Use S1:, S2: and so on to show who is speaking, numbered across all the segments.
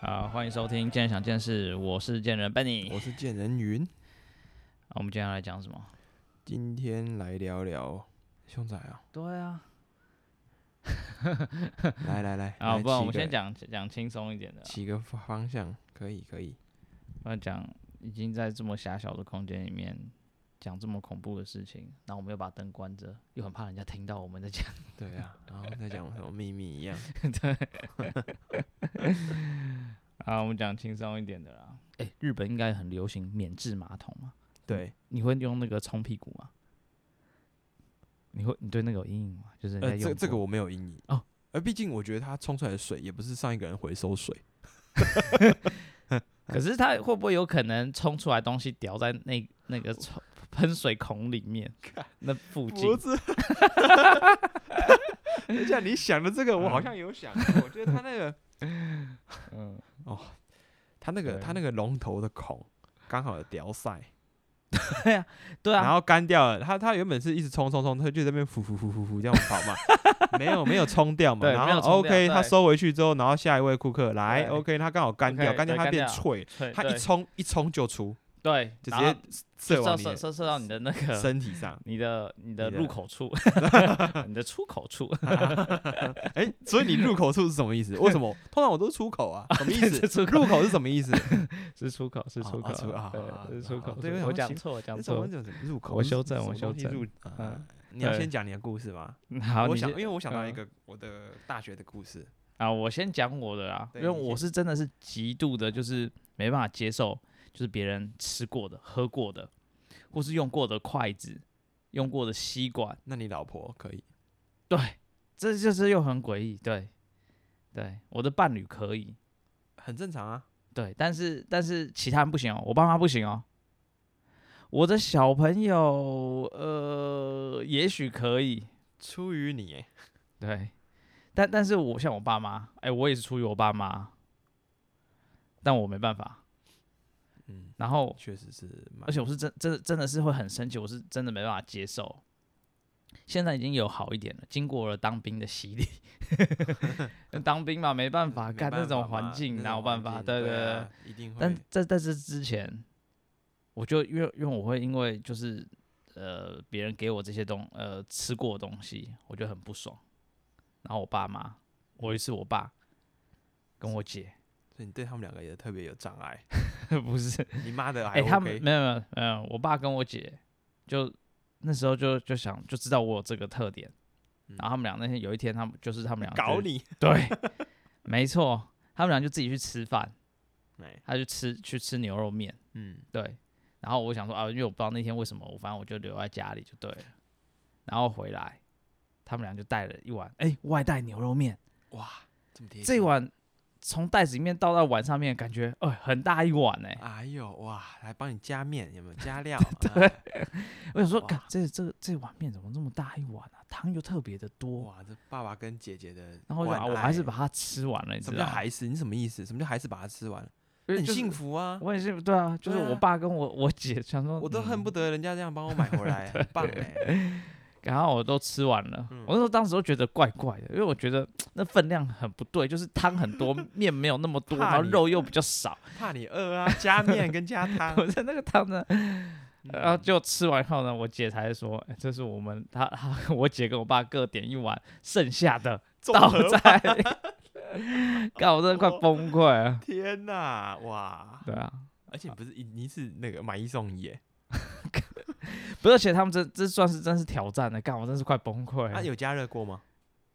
S1: 好，欢迎收听《见人想见事》，我是见人 Benny。
S2: 我是见人云，
S1: 啊我们今天要来讲什么？
S2: 今天来聊聊凶宅 啊！
S1: 对啊，
S2: 来来来，
S1: 啊，
S2: 来
S1: 不然我
S2: 几
S1: 们先
S2: 个
S1: 讲讲轻松一点的啊，
S2: 几个方方向，可以可以。
S1: 不然讲已经在这么狭小的空间里面讲这么恐怖的事情，然后我们又把灯关着，又很怕人家听到我们在讲。
S2: 对啊，然后再讲什么秘密 一样，
S1: 啊，我们讲轻松一点的啦。哎、日本应该很流行免治马桶嘛？
S2: 对，
S1: 你会用那个冲屁股吗？你会你对那个有阴影吗？就是人家
S2: 呃，
S1: 用、
S2: 这这个我没有阴影
S1: 哦，
S2: 呃，毕竟我觉得它冲出来的水也不是上一个人回收 水，
S1: 可是它会不会有可能冲出来东西掉在那那
S2: 哦
S1: 个冲喷水孔里 面那附近？
S2: 是。等一下，你想的这个我好像有想过，我觉得它那 个
S1: 嗯，
S2: 它那个它那个龙头的孔刚好有屌塞，
S1: 对
S2: 然
S1: 啊，
S2: 后干掉了。它它原本是一直冲冲冲，它就在那边浮浮浮浮浮这样跑 嘛，没有没有冲掉嘛。
S1: 对没有
S2: 然
S1: 冲掉
S2: 后 OK，它
S1: 对
S2: 收回去之后，然后下一位顾客来
S1: 对
S2: OK，它刚好干掉，
S1: OK，
S2: 干掉
S1: 对
S2: 它
S1: 干
S2: 变
S1: 掉
S2: 脆，
S1: 对
S2: 它一冲一冲就出，
S1: 对，
S2: 就直
S1: 然后
S2: 接射
S1: 就射
S2: 往你
S1: 射
S2: 的
S1: 射射到你的那个
S2: 身体上。
S1: 你的你的
S2: 你的
S1: 入口 处，你的出口处，
S2: 哎，所以你入口处是什么意 思？为什么通常我都是出口啊？什么意
S1: 是
S2: 思？
S1: 出口
S2: 入口是什么意思？
S1: 是出口是
S2: 哦
S1: 出
S2: 哦
S1: 口，
S2: 出啊啊啊
S1: 对，是出
S2: 啊
S1: 口。
S2: 对
S1: 是我
S2: 我想说
S1: 讲
S2: 奇
S1: 错，我讲
S2: 那什么
S1: 错。
S2: 叫什么入口？
S1: 我
S2: 是
S1: 修正
S2: 什
S1: 我
S2: 么
S1: 修
S2: 东西
S1: 正
S2: 入啊
S1: 嗯，
S2: 你要
S1: 对
S2: 先讲你的故事吗？
S1: 好，
S2: 我
S1: 你
S2: 想，
S1: 先
S2: 因为我想到一
S1: 嗯
S2: 个我的大学的故事。
S1: 啊，我先讲我的啦，因
S2: 对
S1: 为我
S2: 你先
S1: 是真的是极度的，就是没办法接受，就是别人吃过的、喝过的，或是用过的筷子、用过的吸管，
S2: 那你老婆可以？
S1: 对，这就是又很诡异，对，对，我的伴侣可以，
S2: 很正常啊。
S1: 对，但是但是其他人不行哦，我爸妈不行哦，我的小朋友呃，也许可以，
S2: 出于你耶，
S1: 对，但但是我像我爸妈，哎、我也是出于我爸妈，但我没办法。
S2: 嗯，
S1: 然后，
S2: 确实是蛮
S1: 而且我是真真的真的是会很生气，我是真的没办法接受。现在已经有好一点了，经过了当兵的洗礼。 当兵嘛，没办法，
S2: 嗯没
S1: 干那
S2: 办
S1: 种
S2: 法
S1: 环
S2: 嘛
S1: 境
S2: 那
S1: 哪有
S2: 种
S1: 办
S2: 环
S1: 法？
S2: 境
S1: 对对
S2: 对
S1: 对。
S2: 啊，一定会。
S1: 但在在这之前，我就因为因为我会因为就是呃别人给我这些东呃吃过的东西，我就很不爽。然后我爸妈，我一次我爸跟我姐，
S2: 所以你对他们两个也特别有障碍。
S1: 不是，
S2: 你妈的
S1: 哎、
S2: 还
S1: 他们
S2: OK，
S1: 没有没有没有，我爸跟我姐就那时候就就想就知道我有这个特点，然后他们俩那天有一天他们就是他们俩
S2: 嗯搞
S1: 就
S2: 你。
S1: 对，没错，他们俩就自己去吃饭，
S2: 哎，
S1: 他就吃去吃牛肉面。
S2: 嗯，
S1: 对，然后我想说啊，因为我不知道那天为什么，我反正我就留在家里就对了。然后回来，他们俩就带了一碗哎、外带牛肉面，
S2: 哇，这么贴
S1: 这一
S2: 心，
S1: 碗从袋子里面倒到碗上面，感觉哎、很大一碗哎、
S2: 哎呦哇，还帮你加面，有没有 加料？啊
S1: 我想说，
S2: 哇
S1: 干这这这碗面怎么这么大一碗啊？汤又特别的多。啊
S2: 哇，这爸爸跟姐姐的，
S1: 然后我就、啊、我还是把。它吃完了，你知
S2: 什么
S1: 道
S2: 叫
S1: 吗？
S2: 还是？你什么意思？什么叫还是把它吃完？
S1: 因为
S2: 很
S1: 就是
S2: 幸福啊！
S1: 我很幸福，对啊，就是
S2: 对啊
S1: 我爸跟我我姐想说，
S2: 我都恨
S1: 嗯
S2: 不得人家这样帮我买 回来，很棒哎！
S1: 然后我都吃完了，
S2: 嗯
S1: 我那时候当时都觉得怪怪的，因为我觉得那分量很不对，就是汤很多，面没有那么多，
S2: 怕
S1: 然后
S2: 你啊
S1: 肉又比较 少，
S2: 怕你饿啊，加面跟加 汤。
S1: 我在那个汤呢，然后
S2: 嗯
S1: 就吃完后呢，我姐才说，哎这是我们她她我姐跟我爸各点一碗剩下的
S2: 综
S1: 倒
S2: 合
S1: 在， 干我真的快
S2: 我
S1: 崩溃了，
S2: 天哪，哇！
S1: 对啊，
S2: 而且不是一，你是那个买一送一耶，
S1: 不是，而且他们这这算是真是挑战的，干我真是快崩溃了，
S2: 啊，有加热过吗？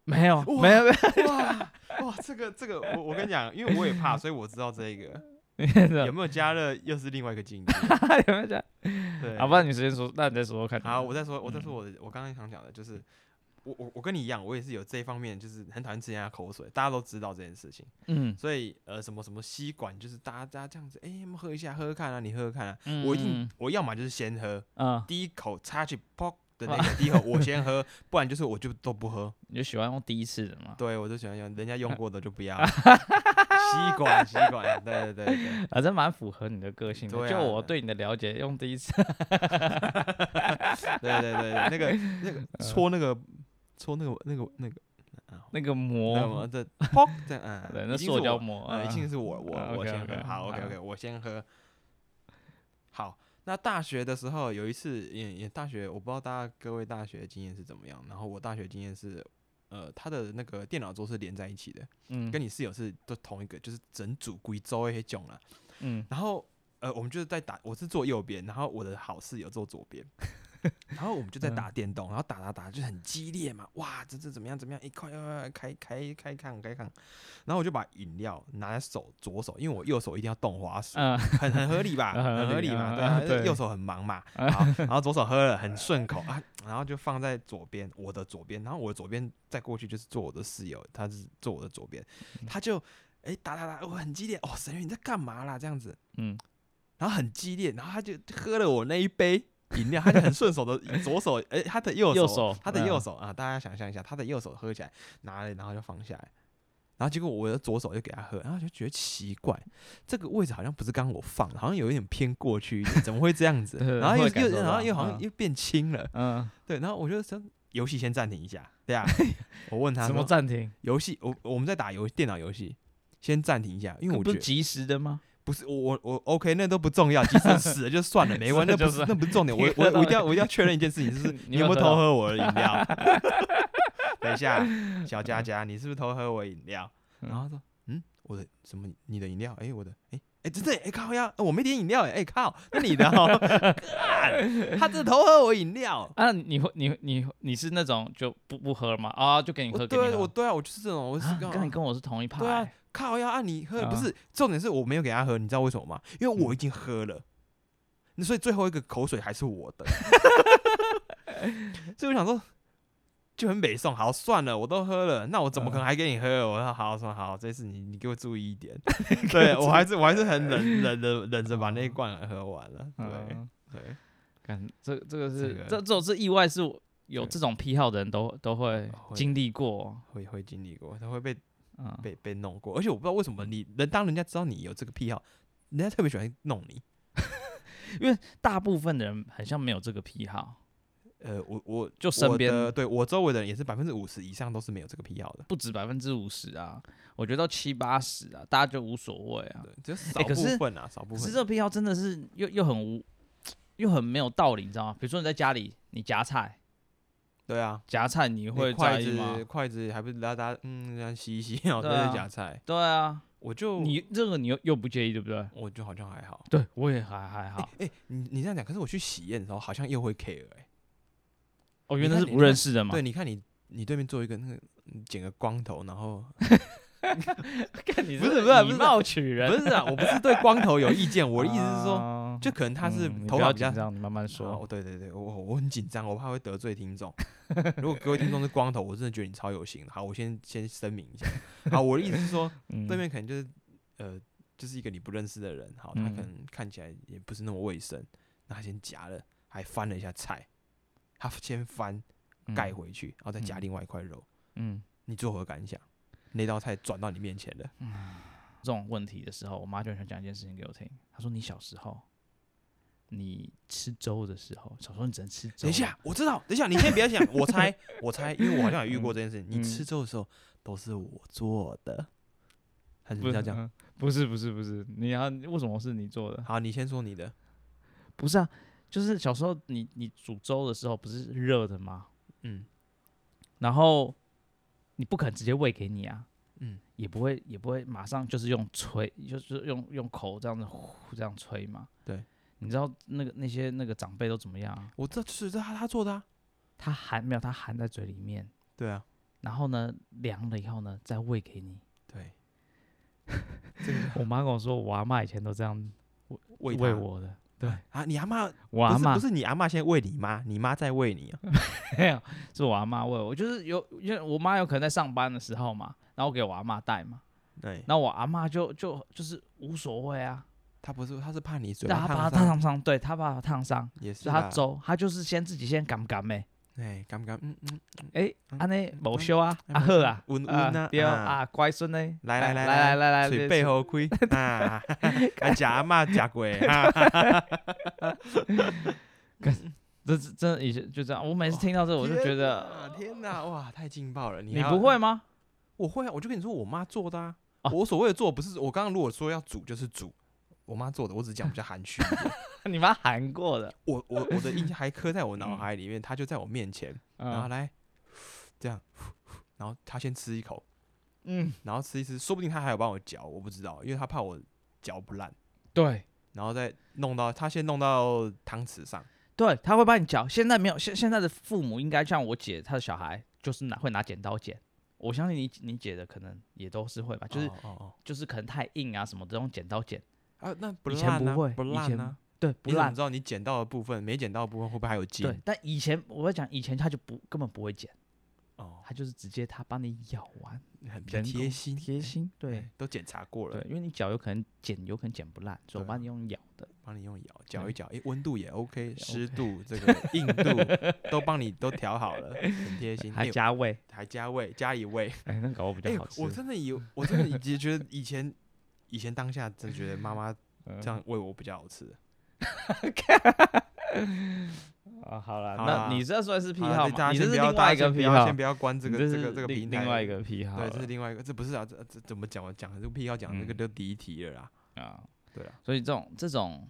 S1: 没有
S2: 哇
S1: 没有没
S2: 哇哇，这个这个，我我跟你讲，因为我也怕，所以我知道这 个
S1: 有，
S2: 有没有加热又是另外一个境界。
S1: 有没有这样？
S2: 对，
S1: 啊，不然你直接说，那你再说说看，
S2: 好，我再说，我再说我的，我刚刚想讲的就是，我我我跟你一样，我也是有这一方面，就是很讨厌吃人家口水，大家都知道这件事情，
S1: 嗯，
S2: 所以呃，什么什么吸管，就是大家大家这样子，哎、我们喝一下，喝喝看啊，你喝喝看啊，
S1: 嗯
S2: 我一定，我要么就是先喝，
S1: 嗯。
S2: 第一口插去噗的那个第一口我先喝，不然就是我就都不喝。
S1: 你就喜欢用第一次的嘛？
S2: 对，我就喜欢用人家用过的就不要，吸管吸管，对对对对，
S1: 反正啊蛮符合你的个性的。
S2: 对啊
S1: 就我对你的了解，用第一 次，
S2: 对对对，那个那个戳那个戳那个那个那个啊，
S1: 那个
S2: 那么
S1: 膜，
S2: 这砰这样，嗯，
S1: 对，
S2: 已
S1: 那
S2: 经是
S1: 塑胶
S2: 我
S1: 膜，
S2: 啊，一
S1: 啊
S2: 定是我我
S1: 啊
S2: 我先喝。
S1: ，OK，OK，
S2: 好，OK
S1: 好
S2: OK，我先喝。好，那大学的时候有一次，也也大学，我不知道大家各位大学经验是怎么样。然后我大学经验是，呃，他的那个电脑桌是连在一起的，
S1: 嗯，
S2: 跟你室友是都同一个，就是整组归周一种啦。
S1: 嗯
S2: 然后呃，我们就是在打，我是坐右边，然后我的好室友坐左边，然后我们就在打电动，然后打打打就很激烈嘛，哇，这这怎么样怎么样，一快快快开开开看开看，然后我就把饮料拿在手左手，因为我右手一定要动滑鼠，
S1: 嗯，
S2: 很很合理吧，
S1: 很合
S2: 很合
S1: 理
S2: 理嘛，
S1: 啊
S2: 对啊，
S1: 对
S2: 右手很忙 嘛，好，然后左手喝了很顺口啊，然后就放在左边，我的左边，然后我的左边再过去就是坐我的室友，他是坐我的左边，他就哎打打打，我很激烈，哦，沈月你在干嘛啦？这样子，
S1: 嗯，
S2: 然后很激烈，然后他就喝了我那一杯饮料，他就很顺手的左手， 哎，他的右手，
S1: 右手
S2: 他的右
S1: 嗯？
S2: 手啊，大家想象一下，他的右手喝起来拿了，然后就放下来。然后结果我的左手就给他喝，然后就觉得奇怪，这个位置好像不是刚刚我放的，好像有一点偏过去一点，怎么会这样子
S1: 对
S2: 然后又
S1: 会感
S2: 又
S1: 受
S2: 然后又
S1: 到
S2: 好像
S1: 嗯
S2: 又变轻了，
S1: 嗯，
S2: 对。然后我就说游戏先暂停一下，对啊。我问他
S1: 什么
S2: 说
S1: 暂停？
S2: 游戏，我我们在打游电脑游戏，先暂停一下，因为我
S1: 不
S2: 觉
S1: 是
S2: 得
S1: 及时的吗？
S2: 不是我我我 OK，那都不重要，即使死了就 算了，没关系，那
S1: 死了就
S2: 不
S1: 是算
S2: 那不是重点，我
S1: 你
S2: 我
S1: 喝到
S2: 我一定 要我一定要确认一件事情，就是你
S1: 你
S2: 有
S1: 有没有
S2: 没有偷喝我的饮 料？等一下，小佳佳，你是不是偷喝我饮料？
S1: 嗯
S2: 然后他说，嗯，我的什么？你的饮料？哎，我的，哎哎，真的，哎靠呀，我没点饮料，哎哎靠，那你 的哦，干他真的偷喝我饮料。
S1: 啊，你会你你你是那种就不不喝吗？啊，就给你
S2: 我
S1: 喝，给
S2: 对
S1: 你
S2: 啊，我
S1: 喝。
S2: 对啊，我就是这种，我是
S1: 啊
S2: 刚
S1: 跟你跟我是同一派
S2: 对啊
S1: 欸，，
S2: 靠要按你喝，不
S1: 啊
S2: 是重点是我没有给他喝，你知道为什么吗？因为我已经喝了，那所以最后一个口水还是我的， 所以我想说就很北宋，好算了，我都喝了，那我怎么可能还给你喝？我说好，说好，这次你你给我注意一点，对我还是我还是很忍忍忍忍着把那一罐喝完了，对
S1: 嗯，
S2: 对，
S1: 感这这个
S2: 这个
S1: 是这这种是意外，是我有
S2: 对
S1: 这种癖好的人都都会
S2: 会
S1: 经历过。
S2: 会会经历过，他会被
S1: 嗯，
S2: 被被弄过，而且我不知道为什么你人当人家知道你有这个癖好，人家特别喜欢弄你。
S1: 大部分的人好像没有这个癖好，
S2: 呃，我我
S1: 就
S2: 我
S1: 身边
S2: 的对我周围的人也是百分之五十以上都是没有这个癖好的，
S1: 不止百分之五十啊，我觉得到七八十啊，大家就无所谓啊。
S2: 对，只有少
S1: 可
S2: 部
S1: 是
S2: 分啊，少部
S1: 可是
S2: 分
S1: 这。个癖好真的是又又很无，又很没有道理，你知道吗？比如说你在家里你夹菜，
S2: 对啊，
S1: 夹菜你
S2: 你
S1: 会
S2: 筷
S1: 在意
S2: 子
S1: 吗？
S2: 筷子还不是拉拉嗯这样洗一洗，然后
S1: 对
S2: 再
S1: 啊
S2: 去夹菜，
S1: 对啊，
S2: 我就
S1: 你这个你又又不介意，对不对？
S2: 我就好像还好。
S1: 对，我也还还好。
S2: 哎、你你这样讲，可是我去洗宴的时候好像又会 care 哎、
S1: 哦，
S2: 你
S1: 原来
S2: 看
S1: 是
S2: 你
S1: 不
S2: 看
S1: 认识的嘛
S2: 对，？你看你你对面做一个那个嗯剪个光头，然后
S1: 看 你
S2: 不是不是不
S1: 以
S2: 是
S1: 貌取
S2: 不
S1: 人。
S2: 是啊，我不是对光头有 意见，我的意思是说，
S1: 说
S2: 就可能他是头
S1: 头
S2: 发
S1: 脑
S2: 比
S1: 紧
S2: 较
S1: 啊嗯张，你慢慢
S2: 啊
S1: 说。
S2: 哦，对对对，我我很紧张，我怕会得罪听众。 如果各位听众是光头，我真的觉得你超有型的。好，我先先声明一下。好，我的意思是说，
S1: 嗯
S2: 对面可能就是呃，就是一个你不认识的人，好，他可
S1: 嗯
S2: 能看起来也不是那么卫生，那他先夹了，还翻了一下菜，他先翻盖，回去，然后再夹
S1: 嗯
S2: 另外一块肉，
S1: 嗯，嗯
S2: 你作何感想？那道菜转到你面前了，
S1: 这种问题的时候，我妈就很想讲一件事情给我听。她说：“你小时候，你吃粥的时候，小时候你只能吃粥。”
S2: 等一，下，我知道，等一下，你先别想， 我猜，我猜，因为我好像也遇过这件事。你
S1: 嗯
S2: 吃粥的时候都是我做的，还是
S1: 不
S2: 你
S1: 是
S2: 要这样？
S1: 嗯不是不是不是，你要为什么是你做的？
S2: 好，你先说你的。
S1: 不是啊，就是小时候你你煮粥的时候不是热的吗？
S2: 嗯
S1: 然后你不肯直接喂给你啊，
S2: 嗯，
S1: 也不会也不会马上就是用吹，就是用用口这样子呼这样吹嘛。
S2: 对，
S1: 你知道那个那些那个长辈都怎么样啊？
S2: 我这是这他他做的啊。
S1: 他含没有，他含在嘴里面，
S2: 对啊，
S1: 然后呢凉了以后呢再喂给 你。
S2: 对。这个
S1: 我妈跟我说，我阿妈以前都这样
S2: 喂
S1: 喂
S2: 他
S1: 我的。对，
S2: 啊，你阿妈
S1: 我阿
S2: 不是
S1: 妈嗯
S2: 不是你阿妈先喂你妈，你妈再喂你啊。
S1: 没有，是我阿妈喂我，就是有因为我妈有可能在上班的时候嘛，然后给我阿妈带嘛，
S2: 对，
S1: 然后我阿妈就就就是无所谓啊，
S2: 他不是他是怕你嘴
S1: 但
S2: 巴
S1: 她把她
S2: 烫
S1: 烫
S2: 伤，
S1: 伤伤，对她把她烫伤，
S2: 也是
S1: 所以她
S2: 啦。
S1: 走，她就是先自己先敢敢咩，
S2: 哎，敢不敢？嗯嗯，
S1: 哎，
S2: 嗯
S1: 安尼无修啊，
S2: 嗯
S1: 啊好啊，
S2: 稳稳啊
S1: 啊，对
S2: 啊
S1: 啊，乖孙呢，
S2: 来来
S1: 哎
S2: 来
S1: 来来来，
S2: 嘴
S1: 你
S2: 背哦后亏啊， 啊，假阿妈假鬼啊。
S1: 这这真的以前就这样，我每次听到这我就觉得，
S2: 天哪，天哪哇，太劲爆了！你
S1: 你
S2: 还
S1: 不
S2: 要
S1: 会吗？
S2: 我会啊，我就跟你说，我妈做的
S1: 哦
S2: 啊。我所谓的做，不是我刚刚如果说要煮就是煮，我妈做的，我只是讲比较含蓄一点。
S1: 你妈喊过的，
S2: 我我我的印象还刻在我脑海里面，她就在我面前，然后
S1: 嗯
S2: 来这样，然后她先吃一口，
S1: 嗯，
S2: 然后吃一吃，说不定她还有帮我嚼，我不知道，因为她怕我嚼不烂，
S1: 对
S2: 然后再弄到她先弄到汤匙上。
S1: 对，他会帮你搅。现在没有，现现在的父母应该像我姐她的小孩，就是拿会拿剪刀剪。我相信你你姐的可能也都是会吧，啊就是、
S2: 哦哦
S1: 就是可能太硬啊什么的，用剪刀剪，
S2: 哦啊，那不
S1: 以前
S2: 烂
S1: 不
S2: 啊
S1: 会
S2: 不
S1: 以
S2: 烂
S1: 前
S2: 啊，
S1: 对，不
S2: 你怎么
S1: 烂。
S2: 知道你捡到的部分没捡到的部分会不会还有筋？
S1: 对，但以前我要讲，以前他就不根本不会剪，
S2: 哦，
S1: 他就是直接他帮你咬完，
S2: 很比较
S1: 人
S2: 贴
S1: 工
S2: 心
S1: 贴
S2: 哎
S1: 心，对
S2: 哎都检查过了
S1: 对，，因为你脚有可能剪，有可能剪不烂，所以我
S2: 对啊
S1: 帮你用咬的。
S2: 帮你用咬
S1: 对
S2: 搅一搅，诶，温度也 OK，
S1: 也
S2: 湿度这个硬度都帮你都调好了，很贴心，
S1: 还
S2: 哎
S1: 加味，
S2: 还加味，加一味。
S1: 哎、那搞我 比较
S2: 哎
S1: 好，吃。
S2: 我真的以我真的也觉得以前以前当下真觉得妈妈
S1: 嗯
S2: 这样喂我比较好吃。
S1: 啊，好了，
S2: 好
S1: 那
S2: 啦
S1: 你这算是癖
S2: 好啦
S1: 好
S2: 对
S1: 吗？
S2: 大家
S1: 你
S2: 先
S1: 这是
S2: 不要
S1: 另
S2: 大
S1: 外
S2: 家
S1: 一个
S2: 先不
S1: 癖
S2: 要
S1: 好
S2: 先，不要关这
S1: 你
S2: 个这个
S1: 是
S2: 这个
S1: 另
S2: 平台
S1: 另外一
S2: 了。
S1: 个癖好了，
S2: 对，这是另外一个，这不是啊，这这怎么讲？我讲这个癖好讲这个
S1: 嗯
S2: 就第一题了啦。
S1: 啊。
S2: 对啊，
S1: 所以这种这种，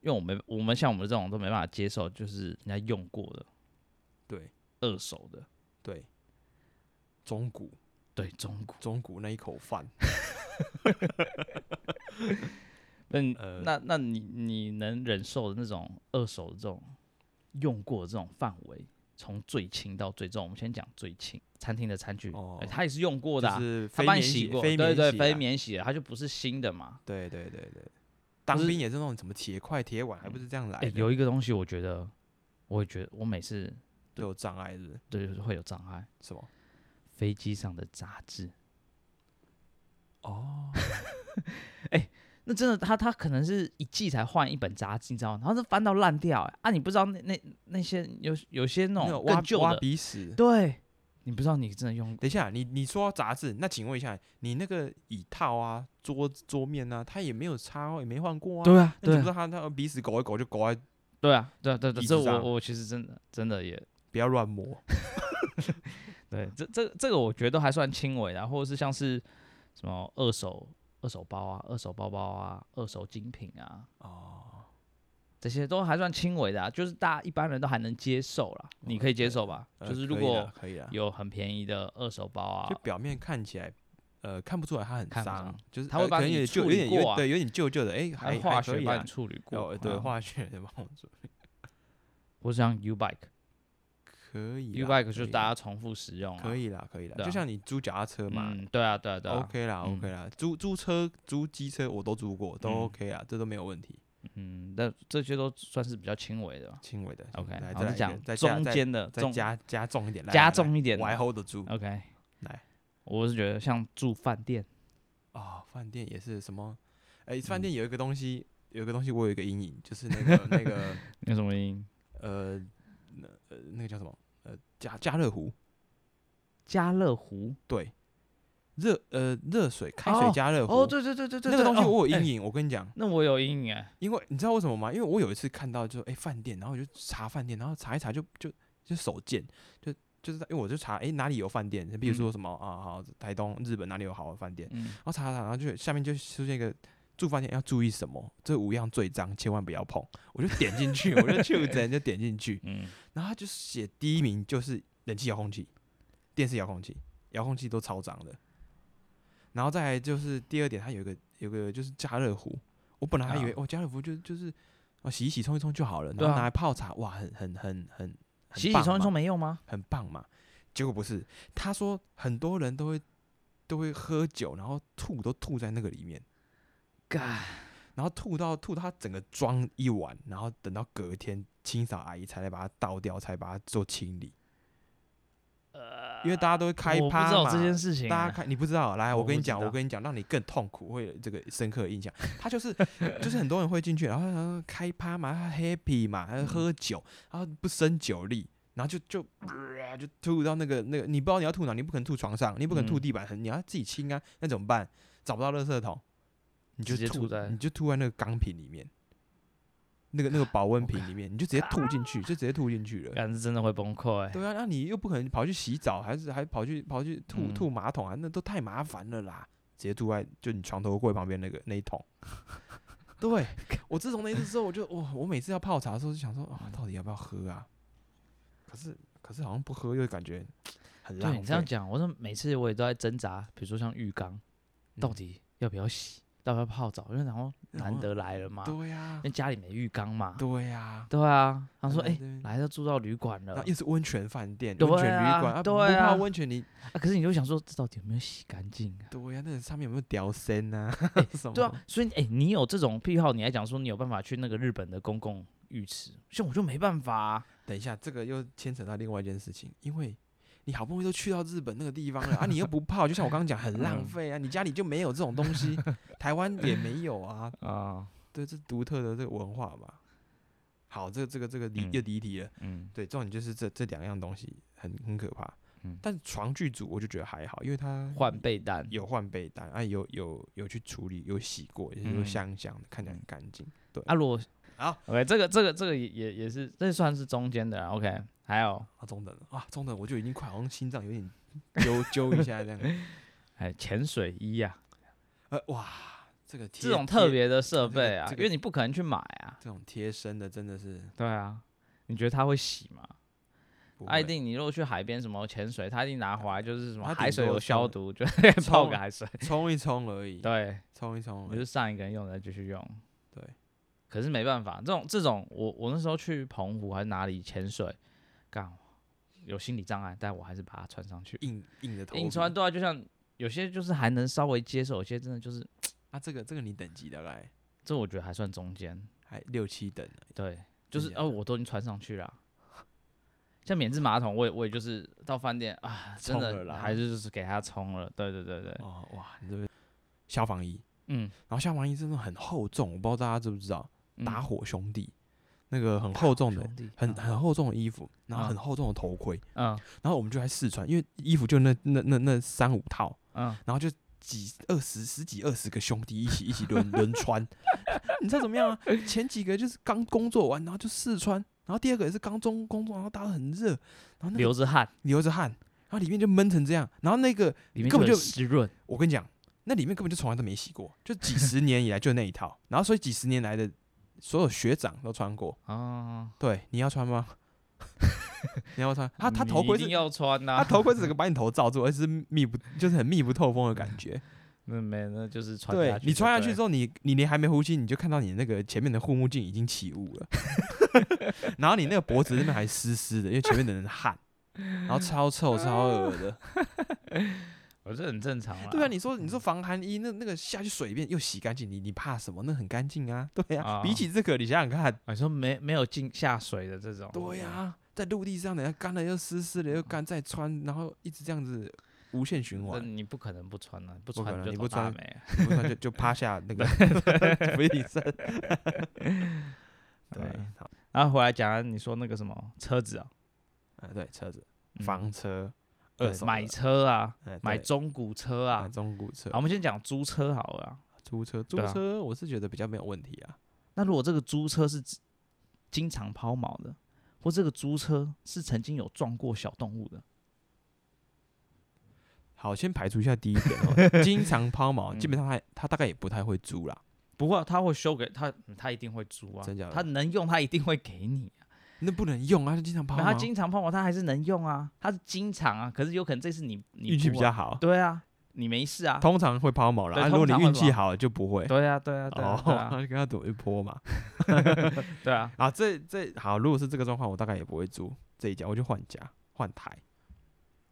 S1: 因为我没我们像我们这种都没办法接受，就是人家用过的
S2: 对
S1: 二手的，
S2: 对，中古
S1: 对中古。
S2: 中古那一口饭，
S1: 那你、
S2: 呃
S1: 那那你你能忍受的那种二手的这种用过的这种范围，从最轻到最重，我们先讲最轻，餐厅的餐具，
S2: 哦
S1: 哎它也是用过的、啊，
S2: 就是
S1: 它
S2: 非
S1: 帮你
S2: 免
S1: 洗过，
S2: 非
S1: 对对，
S2: 洗
S1: 非
S2: 啊
S1: 免洗的，它就不是新的嘛。
S2: 对对对对，当
S1: 是
S2: 兵也是那种什么铁块铁碗，还不是这样来
S1: 哎、
S2: 的，
S1: 有一个东西，我觉得，我也觉得我每次
S2: 都有障碍是不是
S1: 对会有障碍，
S2: 什么？
S1: 飞机上的杂志。
S2: 哦，
S1: 那真的，他他可能是一季才换一本杂志，你知道吗？然后是翻到烂掉、欸，啊，你不知道那那那些有有些那
S2: 那
S1: 种
S2: 种
S1: 更
S2: 挖
S1: 旧
S2: 挖
S1: 的，
S2: 鼻屎。
S1: 对，你不知道你真的用
S2: 等一下，你你说到杂志，那请问一下，你那个椅套啊、桌桌面啊，它也没有擦哦，也没换过啊。
S1: 对啊，
S2: 那
S1: 对
S2: 你不知
S1: 啊，
S2: 道它它鼻屎狗一狗就狗在，
S1: 对啊，对啊，对啊对啊
S2: 椅
S1: 这
S2: 子上
S1: 我我其实真的真的也
S2: 不要乱摸。
S1: 对，这这这个我觉得都还算轻微的，或者是像是什么二手二手包啊、二手包包啊、二手精品啊，
S2: 哦，
S1: 这些都还算轻微的、啊，就是大家一般人都还能接受啦。你可以接受吧？
S2: 呃
S1: 就是如
S2: 可以啦
S1: 果
S2: 可以啊，
S1: 有很便宜的二手包啊
S2: 就，表面看起来。呃，看不出来它很
S1: 看不
S2: 脏
S1: 出，
S2: 就是
S1: 它
S2: 呃
S1: 会帮
S2: 可能
S1: 你
S2: 有点旧，
S1: 处
S2: 有
S1: 理
S2: 点有
S1: 过啊
S2: 对，有点旧旧的，哎，
S1: 还
S2: 还
S1: 有化
S2: 还可
S1: 学
S2: 以
S1: 帮
S2: 啊
S1: 你。处理过，
S2: 哦，对，
S1: 嗯
S2: 化学的帮我做，
S1: 或是像 U Bike，U
S2: 可以啦。
S1: Bike
S2: 可
S1: 就是
S2: 以啦
S1: 大家重复使用啊，
S2: 可以啦，可以啦，
S1: 对啊
S2: 就像你租脚踏车嘛、
S1: 嗯，对啊，对啊，对啊
S2: o k 啦、
S1: 嗯
S2: o k 啦，租租车、租机车我都租过，都
S1: 嗯
S2: OK 啦，这都没有问题，
S1: 嗯，但这些都算是比较轻微的吧。
S2: 轻微的。轻微
S1: OK，
S2: 的来
S1: 然
S2: 再
S1: 后
S2: 来
S1: 再
S2: 一个
S1: 讲
S2: 再加
S1: 中
S2: 再
S1: 间的，
S2: 再
S1: 中
S2: 加加重一点，来
S1: 加
S2: 来
S1: 重一点嗯的
S2: 来我还 hold 得住
S1: OK，
S2: 来，
S1: 我是觉得像住饭店，
S2: 啊。饭、店也是什么？哎、
S1: 嗯
S2: 饭店有一个东西，有一个东西我有一个阴影，就是那 个那个
S1: 有什么音？
S2: 呃那呃那个叫什么？呃，加加热壶，
S1: 家乐福
S2: 对，热呃热水开水
S1: 哦
S2: 加热壶、
S1: 哦，对对对对对，
S2: 那个
S1: 对
S2: 东西
S1: 哦
S2: 我有
S1: 哎
S2: 阴影，我跟你讲。
S1: 那我有阴影哎，
S2: 因为你知道为什么吗？因为我有一次看到就哎饭店，然后我就查饭店，然后查一查就就就手贱，就就是因为我就查哎哪里有饭店，比如说什么、啊好台东日本哪里有好的饭店，
S1: 嗯，
S2: 然后查查，然后就下面就出现一个住饭店要注意什么，这五样最脏，千万不要碰。我就点进去，我就去整就点进去，
S1: 嗯，
S2: 然后他就写第一名就是冷气遥控器、电视遥控器，遥控器都超脏的。然后再来就是第二点，它有一个有个就是加热壶，我本来还以为、
S1: 啊
S2: 哦加热壶就就是哦洗一洗冲一冲就好了，然
S1: 对
S2: 后
S1: 啊
S2: 拿来泡茶，哇，很很很很很
S1: 洗洗
S2: 棒
S1: 冲一
S2: 嘛
S1: 冲没用吗？
S2: 很棒嘛。结果不是，他说很多人都会都会喝酒，然后吐都吐在那个里面，
S1: 干，
S2: 然后吐到吐到他整个装一碗，然后等到隔天清扫阿姨才来把它倒掉，才把它做清理。
S1: 呃
S2: 因为大家都会开
S1: 我不
S2: 趴
S1: 知道
S2: 嘛
S1: 这件事情
S2: 大
S1: 啊，
S2: 家看，你不知道，来，
S1: 我
S2: 我跟
S1: 不
S2: 你
S1: 知
S2: 讲，我
S1: 道
S2: 跟你讲，让你更痛苦，会有这个深刻的印象。他就是就是很多人会进去，然后然后开趴嘛，他 happy 嘛，
S1: 嗯
S2: 他喝酒，然后不胜酒力，然后就就、呃就吐到那个那个，你不知道你要吐哪，你不可能吐床上，你不可能吐
S1: 嗯
S2: 地板，你要自己清啊，那怎么办？找不到垃圾桶，你就
S1: 直接
S2: 吐
S1: 吐在
S2: 你就吐在那个钢瓶里面。那个那个保温瓶里面，你就直接吐进去，就直接吐进去了。
S1: 但是真的会崩溃、哎
S2: 对啊，那你又不可能跑去洗澡，还是还跑去跑去吐
S1: 嗯
S2: 吐马桶啊？那都太麻烦了啦！直接吐在就你床头柜旁边那个那一桶。 对我自从那一次之后，我就我我每次要泡茶的时候就想说啊，到底要不要喝啊？可是可是好像不喝又感觉很浪
S1: 对
S2: 费。
S1: 你这样讲，我说每次我也都在挣扎，比如说像浴缸，到
S2: 嗯
S1: 底要不要洗，要不要泡澡？因为然后难
S2: 后
S1: 得来了嘛，因
S2: 对呀
S1: 为家里没浴缸嘛。
S2: 对呀，
S1: 对啊，他
S2: 很
S1: 说
S2: 难
S1: 哎
S2: 得，
S1: 来都住到旅馆了
S2: 然后，又是温泉饭店、
S1: 对
S2: 温泉旅
S1: 啊
S2: 馆，不
S1: 对
S2: 不泡
S1: 啊
S2: 温泉你
S1: 啊，可是你就想说，这到底有没有洗干净啊？
S2: 对呀，那上面有没有屌丝啊？ 什么？
S1: 对啊，所以哎、你有这种癖好，你还讲说你有办法去那个日本的公共浴池，像我就没办法、啊。
S2: 等一下，这个又牵扯到另外一件事情，因为你好不容易都去到日本那个地方了啊，你又不泡，就像我刚刚讲，很浪
S1: 嗯
S2: 费啊，你家里就没有这种东西，台湾也没有啊，
S1: 啊，
S2: 对，这独特的这个文化嘛。好，这个这个这个离
S1: 嗯
S2: 又离题了，
S1: 嗯，
S2: 对，重点就是这这两样东西很很可怕，
S1: 嗯
S2: 但床具组我就觉得还好，因为它
S1: 换被单，
S2: 有换被单啊，有有有去处理，有洗过，也有
S1: 嗯
S2: 香香的，看起来
S1: 嗯
S2: 很干净。
S1: 啊，如果
S2: 好
S1: ，OK，这个这个这个也也也是，这算是中间的啦，OK。还有，
S2: 啊，中等了啊，中等，我就已经快好像心脏有点 揪揪一下这样。
S1: 哎，潜水衣啊，
S2: 呃，哇，这个
S1: 这
S2: 贴
S1: 种特
S2: 贴
S1: 别的设
S2: 这个
S1: 备啊，
S2: 这
S1: 因
S2: 个
S1: 为你不可能去买啊。
S2: 这种贴身的真的是
S1: 对啊，你觉得它会洗吗？
S2: 不
S1: 啊一
S2: 会
S1: 定，你如果去海边什么潜水，它一定拿回来就是什么
S2: 它
S1: 海
S2: 顶
S1: 水
S2: 多
S1: 有
S2: 上
S1: 消
S2: 了
S1: 毒，就 泡
S2: 冲
S1: 个海水。
S2: 冲一冲而已，
S1: 对，
S2: 冲一冲
S1: 我
S2: 而已。
S1: 就上一个人用的继续用。
S2: 对，
S1: 可是没办法，这种这种，我我那时候去澎湖还是哪里潜水，干有心理障碍，但我还是把它穿上去。
S2: 硬硬的头
S1: 硬
S2: 皮
S1: 穿对啊，就像有些就是还能稍微接受，有些真的就是
S2: 啊，这个这个你等级大概
S1: 这我觉得还算中间。
S2: 还六七等而已
S1: 对，就是
S2: 真假
S1: 哦，我都已经穿上去了啊。像免治马桶，我也我也就是到饭店啊，真
S2: 冲了
S1: 的
S2: 啦
S1: 还是就是给它冲了。对对对对，
S2: 哦，哇，你这边消防衣，
S1: 嗯，
S2: 然后消防衣真的很厚重，我不知道大家知不知道，
S1: 嗯
S2: 打火兄弟那个很厚重的
S1: 兄。弟
S2: 很
S1: 啊
S2: 很厚重的衣服，然后
S1: 啊
S2: 很厚重的头盔，
S1: 嗯
S2: 然后我们就来试穿，因为衣服就那那那那三五套，
S1: 嗯，
S2: 然后就几二十十几二十个兄弟一起一起轮轮穿， 你知道怎么样啊？前几个就是刚工作完，然后就试穿，然后第二个也是刚中工作，然后打得很热，然后那个
S1: 流着汗，
S2: 流着汗，然后里面就闷成这样，然后那个
S1: 里面
S2: 根本
S1: 有
S2: 就
S1: 湿润。
S2: 我跟你讲，那里面根本就从来都没洗过，就几十年以来就那一套，然后所以几十年来的所有学长都穿过，
S1: 哦，
S2: 对，你要穿吗？ 你要不要穿？他 他
S1: 你
S2: 头盔
S1: 一定
S2: 是。
S1: 要啊穿呐、
S2: 他头盔是整个把你头罩住，而是密不就是很密不透风的感觉。
S1: 那没那就是穿
S2: 对
S1: 下去，
S2: 你穿下去之
S1: 后，
S2: 后，你你连还没呼吸，你就看到你那个前面的护目镜已经起雾了，然后你那个脖子那边还湿湿的，因为前面的人汗，然后超臭超恶的。
S1: 我哦这很正常啦。
S2: 对啊，你说你说防寒衣，那那个下去水里面又洗干净，你你怕什么？那很干净啊。对啊，
S1: 啊
S2: 比起这个，你想想看，
S1: 啊你说没没有进下水的这种，
S2: 对啊，在陆地上，等下干了又湿湿的又干，再穿，然后一直这样子无限循
S1: 那
S2: 环，
S1: 你不可能不穿啊，不
S2: 不可
S1: 穿
S2: 能
S1: 就
S2: 你
S1: 头
S2: 不
S1: 大
S2: 穿
S1: 霉啊。
S2: 你不穿就就趴下那个不一 身。对，
S1: 嗯
S2: 好，
S1: 然后回来讲啊你说那个什么车子啊，
S2: 嗯，对，车子。
S1: 嗯
S2: 房车、
S1: 对
S2: 二手
S1: 买
S2: 的
S1: 车啊，
S2: 哎
S1: 买
S2: 对
S1: 中古车
S2: 买
S1: 啊。
S2: 中古车
S1: 好，我、们先讲租车好了啊。
S2: 租车、租
S1: 对啊
S2: 车，我是觉得比较没有问题啊。
S1: 那如果这个租车是指经常抛锚的，或这个租车是曾经有撞过小动物的，
S2: 好，先排除一下第一点 哦，经常抛锚，
S1: 嗯
S2: 基本上他他大概也不太会租啦。
S1: 不过他会修给他，他一定会租啊，
S2: 真假的
S1: 他能用，他一定会给你、啊。
S2: 那不能用啊，他就经常抛
S1: 没有他
S2: 锚，
S1: 经常碰我，他还是能用啊，他是经常啊，可是有可能这次你你
S2: 运气
S1: 不
S2: 比
S1: 啊
S2: 较好，
S1: 对啊，你没事啊，
S2: 通常会抛锚啦。
S1: 对
S2: 啊如果你
S1: 通常会
S2: 运气
S1: 抛锚
S2: 好就不会。
S1: 对啊对啊对啊对
S2: 哦，
S1: 啊
S2: 跟他赌一波嘛。
S1: 对啊，
S2: 啊，这这好，如果是这个状况，我大概也不会租这一家，我就换家换台。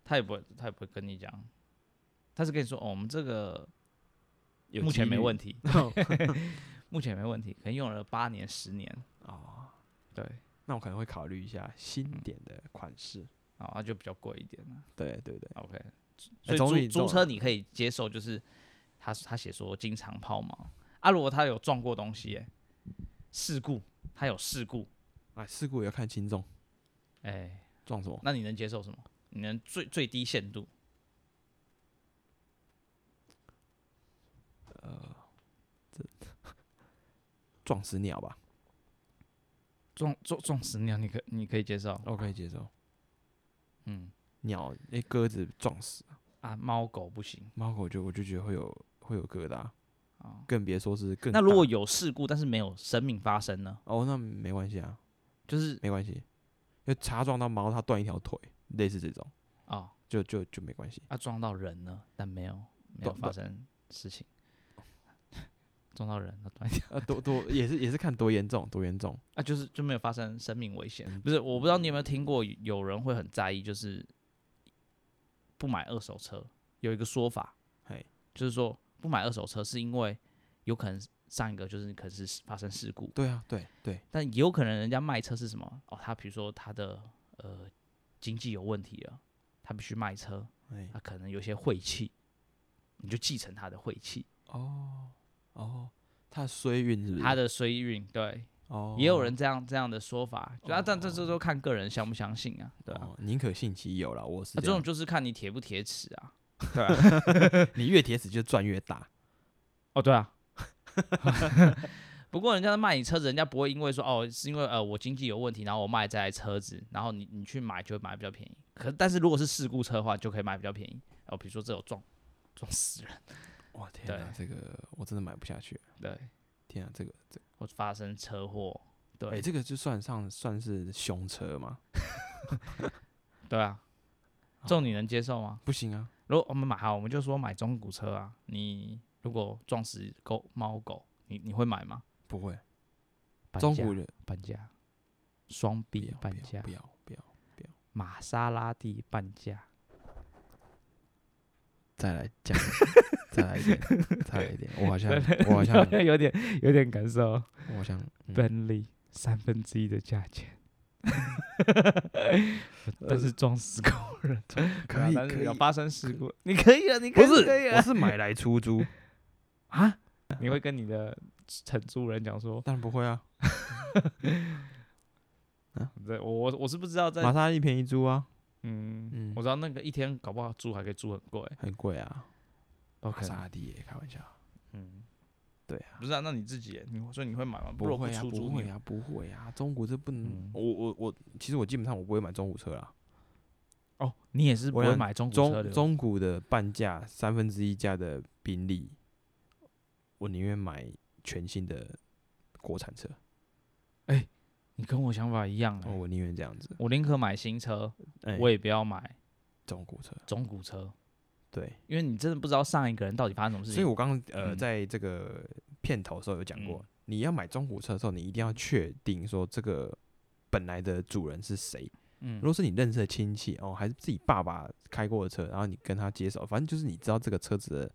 S1: 他也不会他也不会跟你讲，他是跟你说哦，我们这个
S2: 有
S1: 目前
S2: 几
S1: 没
S2: 率
S1: 问 题，目前没问题，可能用了八年十年，
S2: 哦，
S1: 对，嗯
S2: 那我可能会考虑一下新点的款式。
S1: 哦，那就比较贵一点了。
S2: 对对对，
S1: OK，所以
S2: 总
S1: 租
S2: 之
S1: 租车你可以接受，就是他他写说经常抛锚啊，如果他有撞过东西、欸，事故，他有事故，
S2: 啊，事故也要看轻重，
S1: 哎、
S2: 撞什么？
S1: 那你能接受什么？你能最最低限度？
S2: 撞死鸟吧。
S1: 撞撞撞死鸟，你可你可以接受？
S2: 我可以接受。
S1: 嗯
S2: 鸟诶、鸽子撞死
S1: 啊，猫狗不行
S2: 猫狗就我就觉得会有会有疙瘩，
S1: 啊。
S2: 更别说是更
S1: 那如果
S2: 大
S1: 有事故，但是没有生命发生呢？
S2: 哦，那没关系啊，
S1: 就是
S2: 没关系，因为擦撞到猫，它断一条腿，类似这种，
S1: 哦，
S2: 就就就没关系。
S1: 啊撞到人呢，但没有没有
S2: 不
S1: 发
S2: 不
S1: 生事情， 撞到人了，断掉
S2: 啊，多多也是也是看多严重，多严重。
S1: 啊，就是就没有发生生命危险。嗯不是，我不知道你有没有听过，有人会很在意，就是不买二手车，有一个说法，
S2: 嘿，
S1: 就是说不买二手车是因为有可能上一个就是可能是发生事故，
S2: 对啊，对对，
S1: 但也有可能人家卖车是什么？哦，他比如说他的呃经济有问题了，他必须卖车，
S2: 哎，
S1: 他可能有些晦气，你就继承他的晦气，
S2: 哦哦，它的衰运是不是？
S1: 他的衰运。对，
S2: 哦，
S1: 也有人这样这样的说法，就啊，但这
S2: 哦
S1: 这都看个人相不相信啊，对啊。
S2: 哦，宁可信其有啦，我是
S1: 那啊这种
S2: 样
S1: 就是看你铁不铁齿啊。
S2: 对啊你越铁死就赚越大。
S1: 哦，对啊。 不过人家卖你车子，人家不会因为说哦，是因为呃我经济有问题，然后我卖这台车子，然后你你去买就会买比较便宜。可但是如果是事故车的话，就可以买比较便宜。哦，比如说这种撞撞死人，
S2: 哇天哪，这个我真的买不下去。
S1: 对，
S2: 天啊，这个这个
S1: 或发生车祸，对、
S2: 哎、这个就算上算是凶车吗？
S1: 对啊，
S2: 哦
S1: 这种你能接受吗？
S2: 不行啊，
S1: 如果我哦们买好，我们就说买中古车啊，你如果撞死狗猫狗，你你会买吗？
S2: 不会，
S1: 半
S2: 中
S1: 价
S2: 古人
S1: 半价，双
S2: 不
S1: B
S2: 要不
S1: 半
S2: 要
S1: 价
S2: 不，要不要，
S1: 玛莎拉蒂半价，
S2: 再 来讲，再来一点，再来一点，我好 像我好像
S1: 有点有点感受。
S2: 我好 像、嗯
S1: 奔利三分之一的价 钱，但是撞死过人，对啊
S2: 呃可以
S1: 但是
S2: 可以
S1: 有，发生事故，你可以啊，你可
S2: 不
S1: 以
S2: 是
S1: 可以
S2: 我
S1: 啊
S2: 是买来出租，
S1: 啊，你会跟你的承租人讲说，
S2: 当然不会啊，
S1: 对我我我是不知道在
S2: 玛莎拉蒂便宜租啊，
S1: 嗯
S2: 嗯
S1: 我知道那个一天搞不好租还可以租很贵，
S2: 很贵啊，
S1: 都
S2: 玛
S1: 可
S2: 莎
S1: 能
S2: 拉蒂也开玩笑，
S1: 嗯，
S2: 对啊。
S1: 不是啊，那你自己耶，你说你会买吗？
S2: 不
S1: 如果
S2: 会啊，
S1: 出租
S2: 不
S1: 你
S2: 会啊，不会啊！中古这不能，
S1: 嗯
S2: 我我我，其实我基本上我不会买中古车啦。
S1: 哦，你也是不
S2: 我
S1: 会
S2: 想
S1: 买中古车
S2: 中
S1: 的，
S2: 中古的半价三分之一价的宾利，我宁愿买全新的国产车，
S1: 你跟我想法一样哎、
S2: 哦，我宁愿这样子。
S1: 我宁可买新车，
S2: 哎、
S1: 我也不要买
S2: 中古车，
S1: 中古车，
S2: 对，
S1: 因为你真的不知道上一个人到底发生什么事
S2: 所
S1: 情。
S2: 以我刚刚呃
S1: 嗯
S2: 在这个片头的时候有讲过，
S1: 嗯
S2: 你要买中古车的时候，你一定要确定说这个本来的主人是谁。
S1: 嗯
S2: 如，果是你认识的亲戚哦，还是自己爸爸开过的车，然后你跟他接手，反正就是你知道这个车子的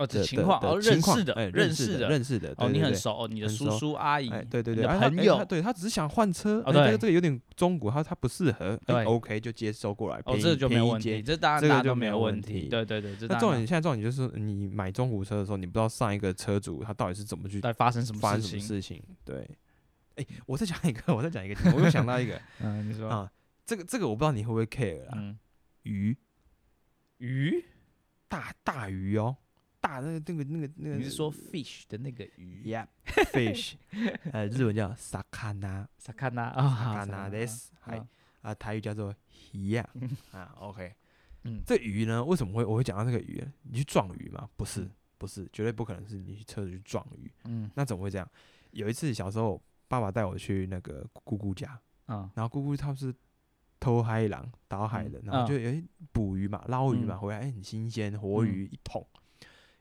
S1: 哦，
S2: 的
S1: 这
S2: 的
S1: 情况
S2: 的
S1: 哦，
S2: 情
S1: 认
S2: 况
S1: 识的
S2: 哎，
S1: 认
S2: 识
S1: 识
S2: 的，认识的，
S1: 哦，
S2: 对
S1: 你
S2: 对
S1: 很
S2: 对
S1: 熟哦，你的
S2: 很
S1: 叔
S2: 熟
S1: 叔阿姨
S2: 哎，，对对
S1: 你
S2: 对，
S1: 的
S2: 啊他
S1: 朋
S2: 哎
S1: 友
S2: 他对他只是想换车，
S1: 哦
S2: 哎这
S1: 对
S2: 个这个有点中古，他他不适合，哎
S1: 对
S2: ，OK 就接收过来，
S1: 哦，
S2: 便
S1: 这
S2: 宜
S1: 就没
S2: 便
S1: 有
S2: 宜
S1: 问
S2: 接
S1: 题，这当然
S2: 这个
S1: 大家
S2: 就
S1: 都
S2: 没
S1: 没
S2: 有
S1: 有问
S2: 问
S1: 题。
S2: 题
S1: 对对对，这
S2: 那
S1: 当
S2: 重
S1: 然
S2: 点现在重点就是你买中古车的时候，你不知道上一个车主他到底是怎么去
S1: 在发生什
S2: 发
S1: 么
S2: 生什
S1: 事情？
S2: 么事情，对。哎，我再讲一个，我再讲一个，我又想到一个
S1: 嗯，你说，
S2: 啊，这个这个我不知道你会不会 care 啦，
S1: 嗯，
S2: 鱼
S1: 鱼，
S2: 大大鱼哦，大那个那个那个那个，
S1: 你是说 fish 的那个鱼？
S2: Yeah，fish，呃，日文叫 sakana
S1: 萨卡纳啊，
S2: sakana t h i s 还
S1: 啊
S2: 啊，台语叫做鱼呀啊，OK，
S1: 嗯
S2: 这鱼呢，为什么会我会讲到这个鱼？你去撞鱼吗？不是，不是，绝对不可能是你去车子去撞鱼。
S1: 嗯
S2: 那怎么会这样？有一次小时候，爸爸带我去那个姑姑家，
S1: 嗯
S2: 然后姑姑她是偷海狼倒海的，然后就有捕鱼嘛，捞鱼嘛，
S1: 啊嗯
S2: 回来哎很新鲜，活鱼
S1: 嗯
S2: 一桶。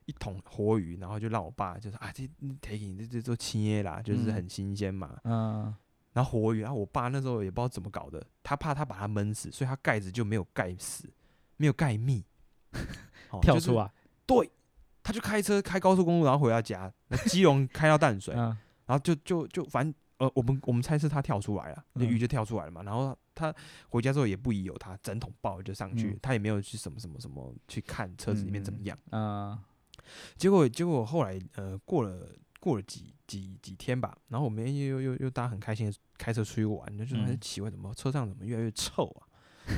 S2: 一桶活鱼，然后就让我爸就说啊，这 take 这这都切啦，就是
S1: 嗯
S2: 很新鲜嘛。
S1: 嗯，
S2: 然后活鱼，然后我爸那时候也不知道怎么搞的，他怕他把它闷死，所以他盖子就没有盖死，没有盖密，哦
S1: 跳出，
S2: 就是
S1: 啊，
S2: 对，他就开车开高速公路，然后回到家，那基隆开到淡水，
S1: 嗯
S2: 然后就就就反正呃，我们我们猜是他跳出来了，那
S1: 嗯
S2: 鱼就跳出来了嘛，然后他回家之后也不疑有他，整桶抱就上去，
S1: 嗯
S2: 他也没有去什么什么什么去看车子里面怎么
S1: 嗯
S2: 样，
S1: 嗯
S2: 结果结果后来呃过了过了几几几天吧，然后我们又又又又大家很开心的开车出去玩，就觉得
S1: 嗯
S2: 很奇怪，怎么车上怎么越来越臭啊？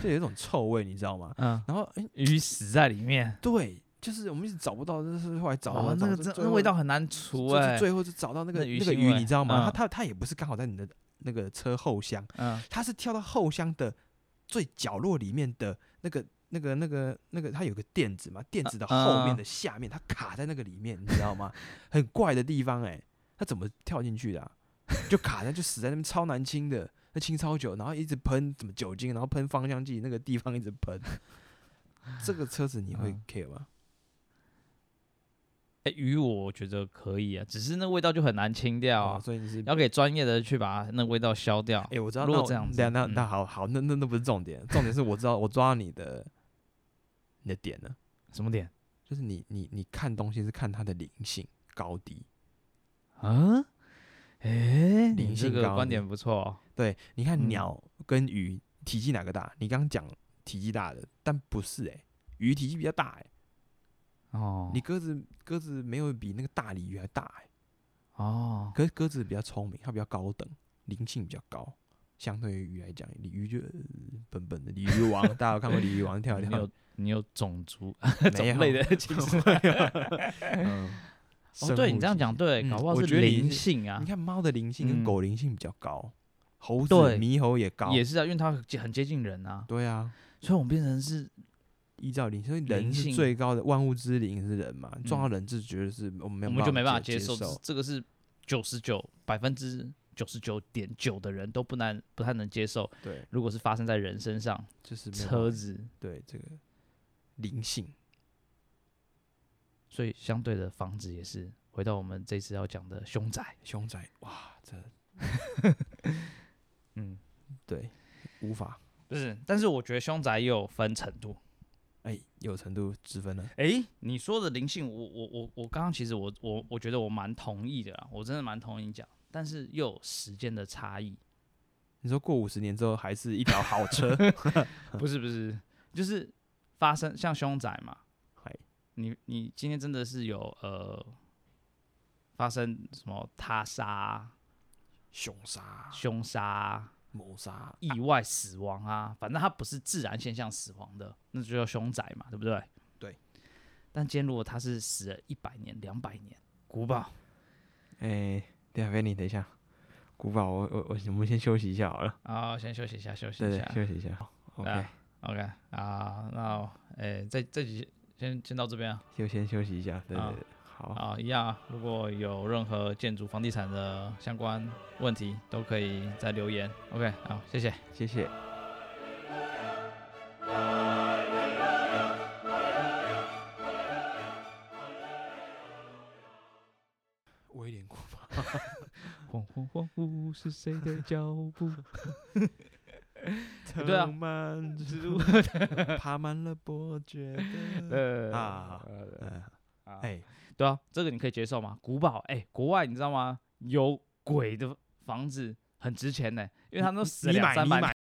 S2: 就有一种臭味，你知道吗？
S1: 嗯，
S2: 然后哎、
S1: 鱼死在里面，
S2: 对，就是我们一直找不到，就是后来找
S1: 哦
S2: 到，
S1: 那个
S2: 找
S1: 真
S2: 到
S1: 那味道很难除
S2: 就
S1: 哎
S2: 是，最后就找到那个
S1: 那鱼
S2: 那个
S1: 腥
S2: 鱼，
S1: 味
S2: 你知道
S1: 嗯
S2: 吗？它它它也不是刚好在你的那个车后箱，
S1: 嗯，
S2: 他是跳到后箱的最角落里面的那个、那个、那个、那个，它有个垫子嘛，垫子的后
S1: 啊
S2: 面的下面，它卡在那个里面，你知道吗？ 很怪的地方哎、他怎么跳进去的啊、 就卡在，就死在那边，超难清的，那清超久，然后一直喷什么酒精，然后喷芳香剂，那个地方一直喷。 这个车子你会
S1: 嗯
S2: care 吗？
S1: 哎、鱼我觉得可以啊，只是那味道就很难清掉
S2: 哦
S1: 啊，
S2: 所以你是
S1: 要给专业的去把那味道消掉。
S2: 哎、我知道，
S1: 如
S2: 那
S1: 果
S2: 我
S1: 这样子
S2: 对啊那
S1: 嗯
S2: 那好好，那那那不是重点，重点是我知道我抓到你的你的点了，
S1: 什么点？
S2: 就是你你你看东西是看它的灵性高低，
S1: 啊？哎、你
S2: 灵
S1: 这
S2: 性
S1: 个
S2: 高
S1: 观
S2: 低
S1: 点不错哦。
S2: 对，你看
S1: 嗯
S2: 鸟跟鱼体积哪个大？你刚刚讲体积大的，但不是哎、鱼体积比较大哎、
S1: 哦，
S2: 你鸽子鸽子没有比那个大鲤鱼还大哎、
S1: 哦，
S2: 可是鸽子比较聪明，它比较高等，灵性比较高。相对于鱼来讲，鲤鱼就、呃笨笨的。鲤鱼王，大家有看过鲤鱼王跳一
S1: 你
S2: 跳
S1: 有？你有种族
S2: 没有
S1: 种类的歧视？
S2: 嗯，
S1: 哦，对你这样讲对，
S2: 嗯
S1: 搞不好
S2: 我
S1: 是
S2: 觉得你
S1: 灵
S2: 是
S1: 性啊
S2: 你，看猫的灵性
S1: 嗯
S2: 跟狗灵性比较高，猴子
S1: 对
S2: 猕猴也高，
S1: 也是啊，因为它很接很接近人啊，
S2: 对啊，
S1: 所以我们变成是
S2: 依照灵，所以
S1: 灵
S2: 人是
S1: 性
S2: 最高的万物之灵是人嘛，
S1: 嗯
S2: 撞到人是绝对是我们没
S1: 我
S2: 有
S1: 们就没办法
S2: 接
S1: 接受，这
S2: 受
S1: 这个是九十九百分之九十九点九的人都不难不太能接受。
S2: 对，
S1: 如果是发生在人身上，
S2: 就是没有办
S1: 车
S2: 法
S1: 子，
S2: 对这个灵性，
S1: 所以相对的房子也是。回到我们这次要讲的凶宅，
S2: 凶宅哇，这
S1: 嗯，
S2: 对无法
S1: 不是，但是我觉得凶宅也有分程度。
S2: 哎、有程度之分了，
S1: 诶，你说的灵性，我我我我刚刚其实我我我觉得我蛮同意的啦，啊我真的蛮同意你讲，但是又有时间的差异，
S2: 你说过五十年之后还是一条好 车，
S1: 不是不是，就是发生像凶宅嘛，
S2: 嗨
S1: 你你今天真的是有呃发生什么他杀啊、
S2: 凶杀
S1: 凶杀啊、
S2: 谋杀
S1: 意外死亡啊，反正它不是自然现象死亡的，那就叫凶宅嘛，对不对？
S2: 对。
S1: 但今天如果他是死了一百年、两百年，古堡
S2: 哎、等一下，给你等一下，古堡，我我我我们先休息一下好了，
S1: 啊、先休息一下，休息
S2: 对
S1: 一
S2: 对
S1: 下，。
S2: 休息一下好，OK，、
S1: 啊 OK 啊，那诶，这这集先先到这边啊
S2: 就先休息一下，对对
S1: 啊
S2: 对，好。
S1: 啊，一样啊，如果有任何建筑房地产的相关问题，都可以再留言。OK，好，谢谢。
S2: 谢谢。
S1: 啊
S2: 威廉古堡，
S1: 恍恍恍惚是谁的脚步？对
S2: 对
S1: 啊
S2: 漫之 路爬满了伯爵的。
S1: 呃
S2: 啊
S1: 呃
S2: 嗯，
S1: 啊
S2: 哎，
S1: 对啊，这个你可以接受吗？古堡，哎，国外你知道吗？有鬼的房子很值钱呢，因为他们都死了
S2: 你
S1: 两
S2: 买
S1: 三
S2: 你
S1: 百
S2: 买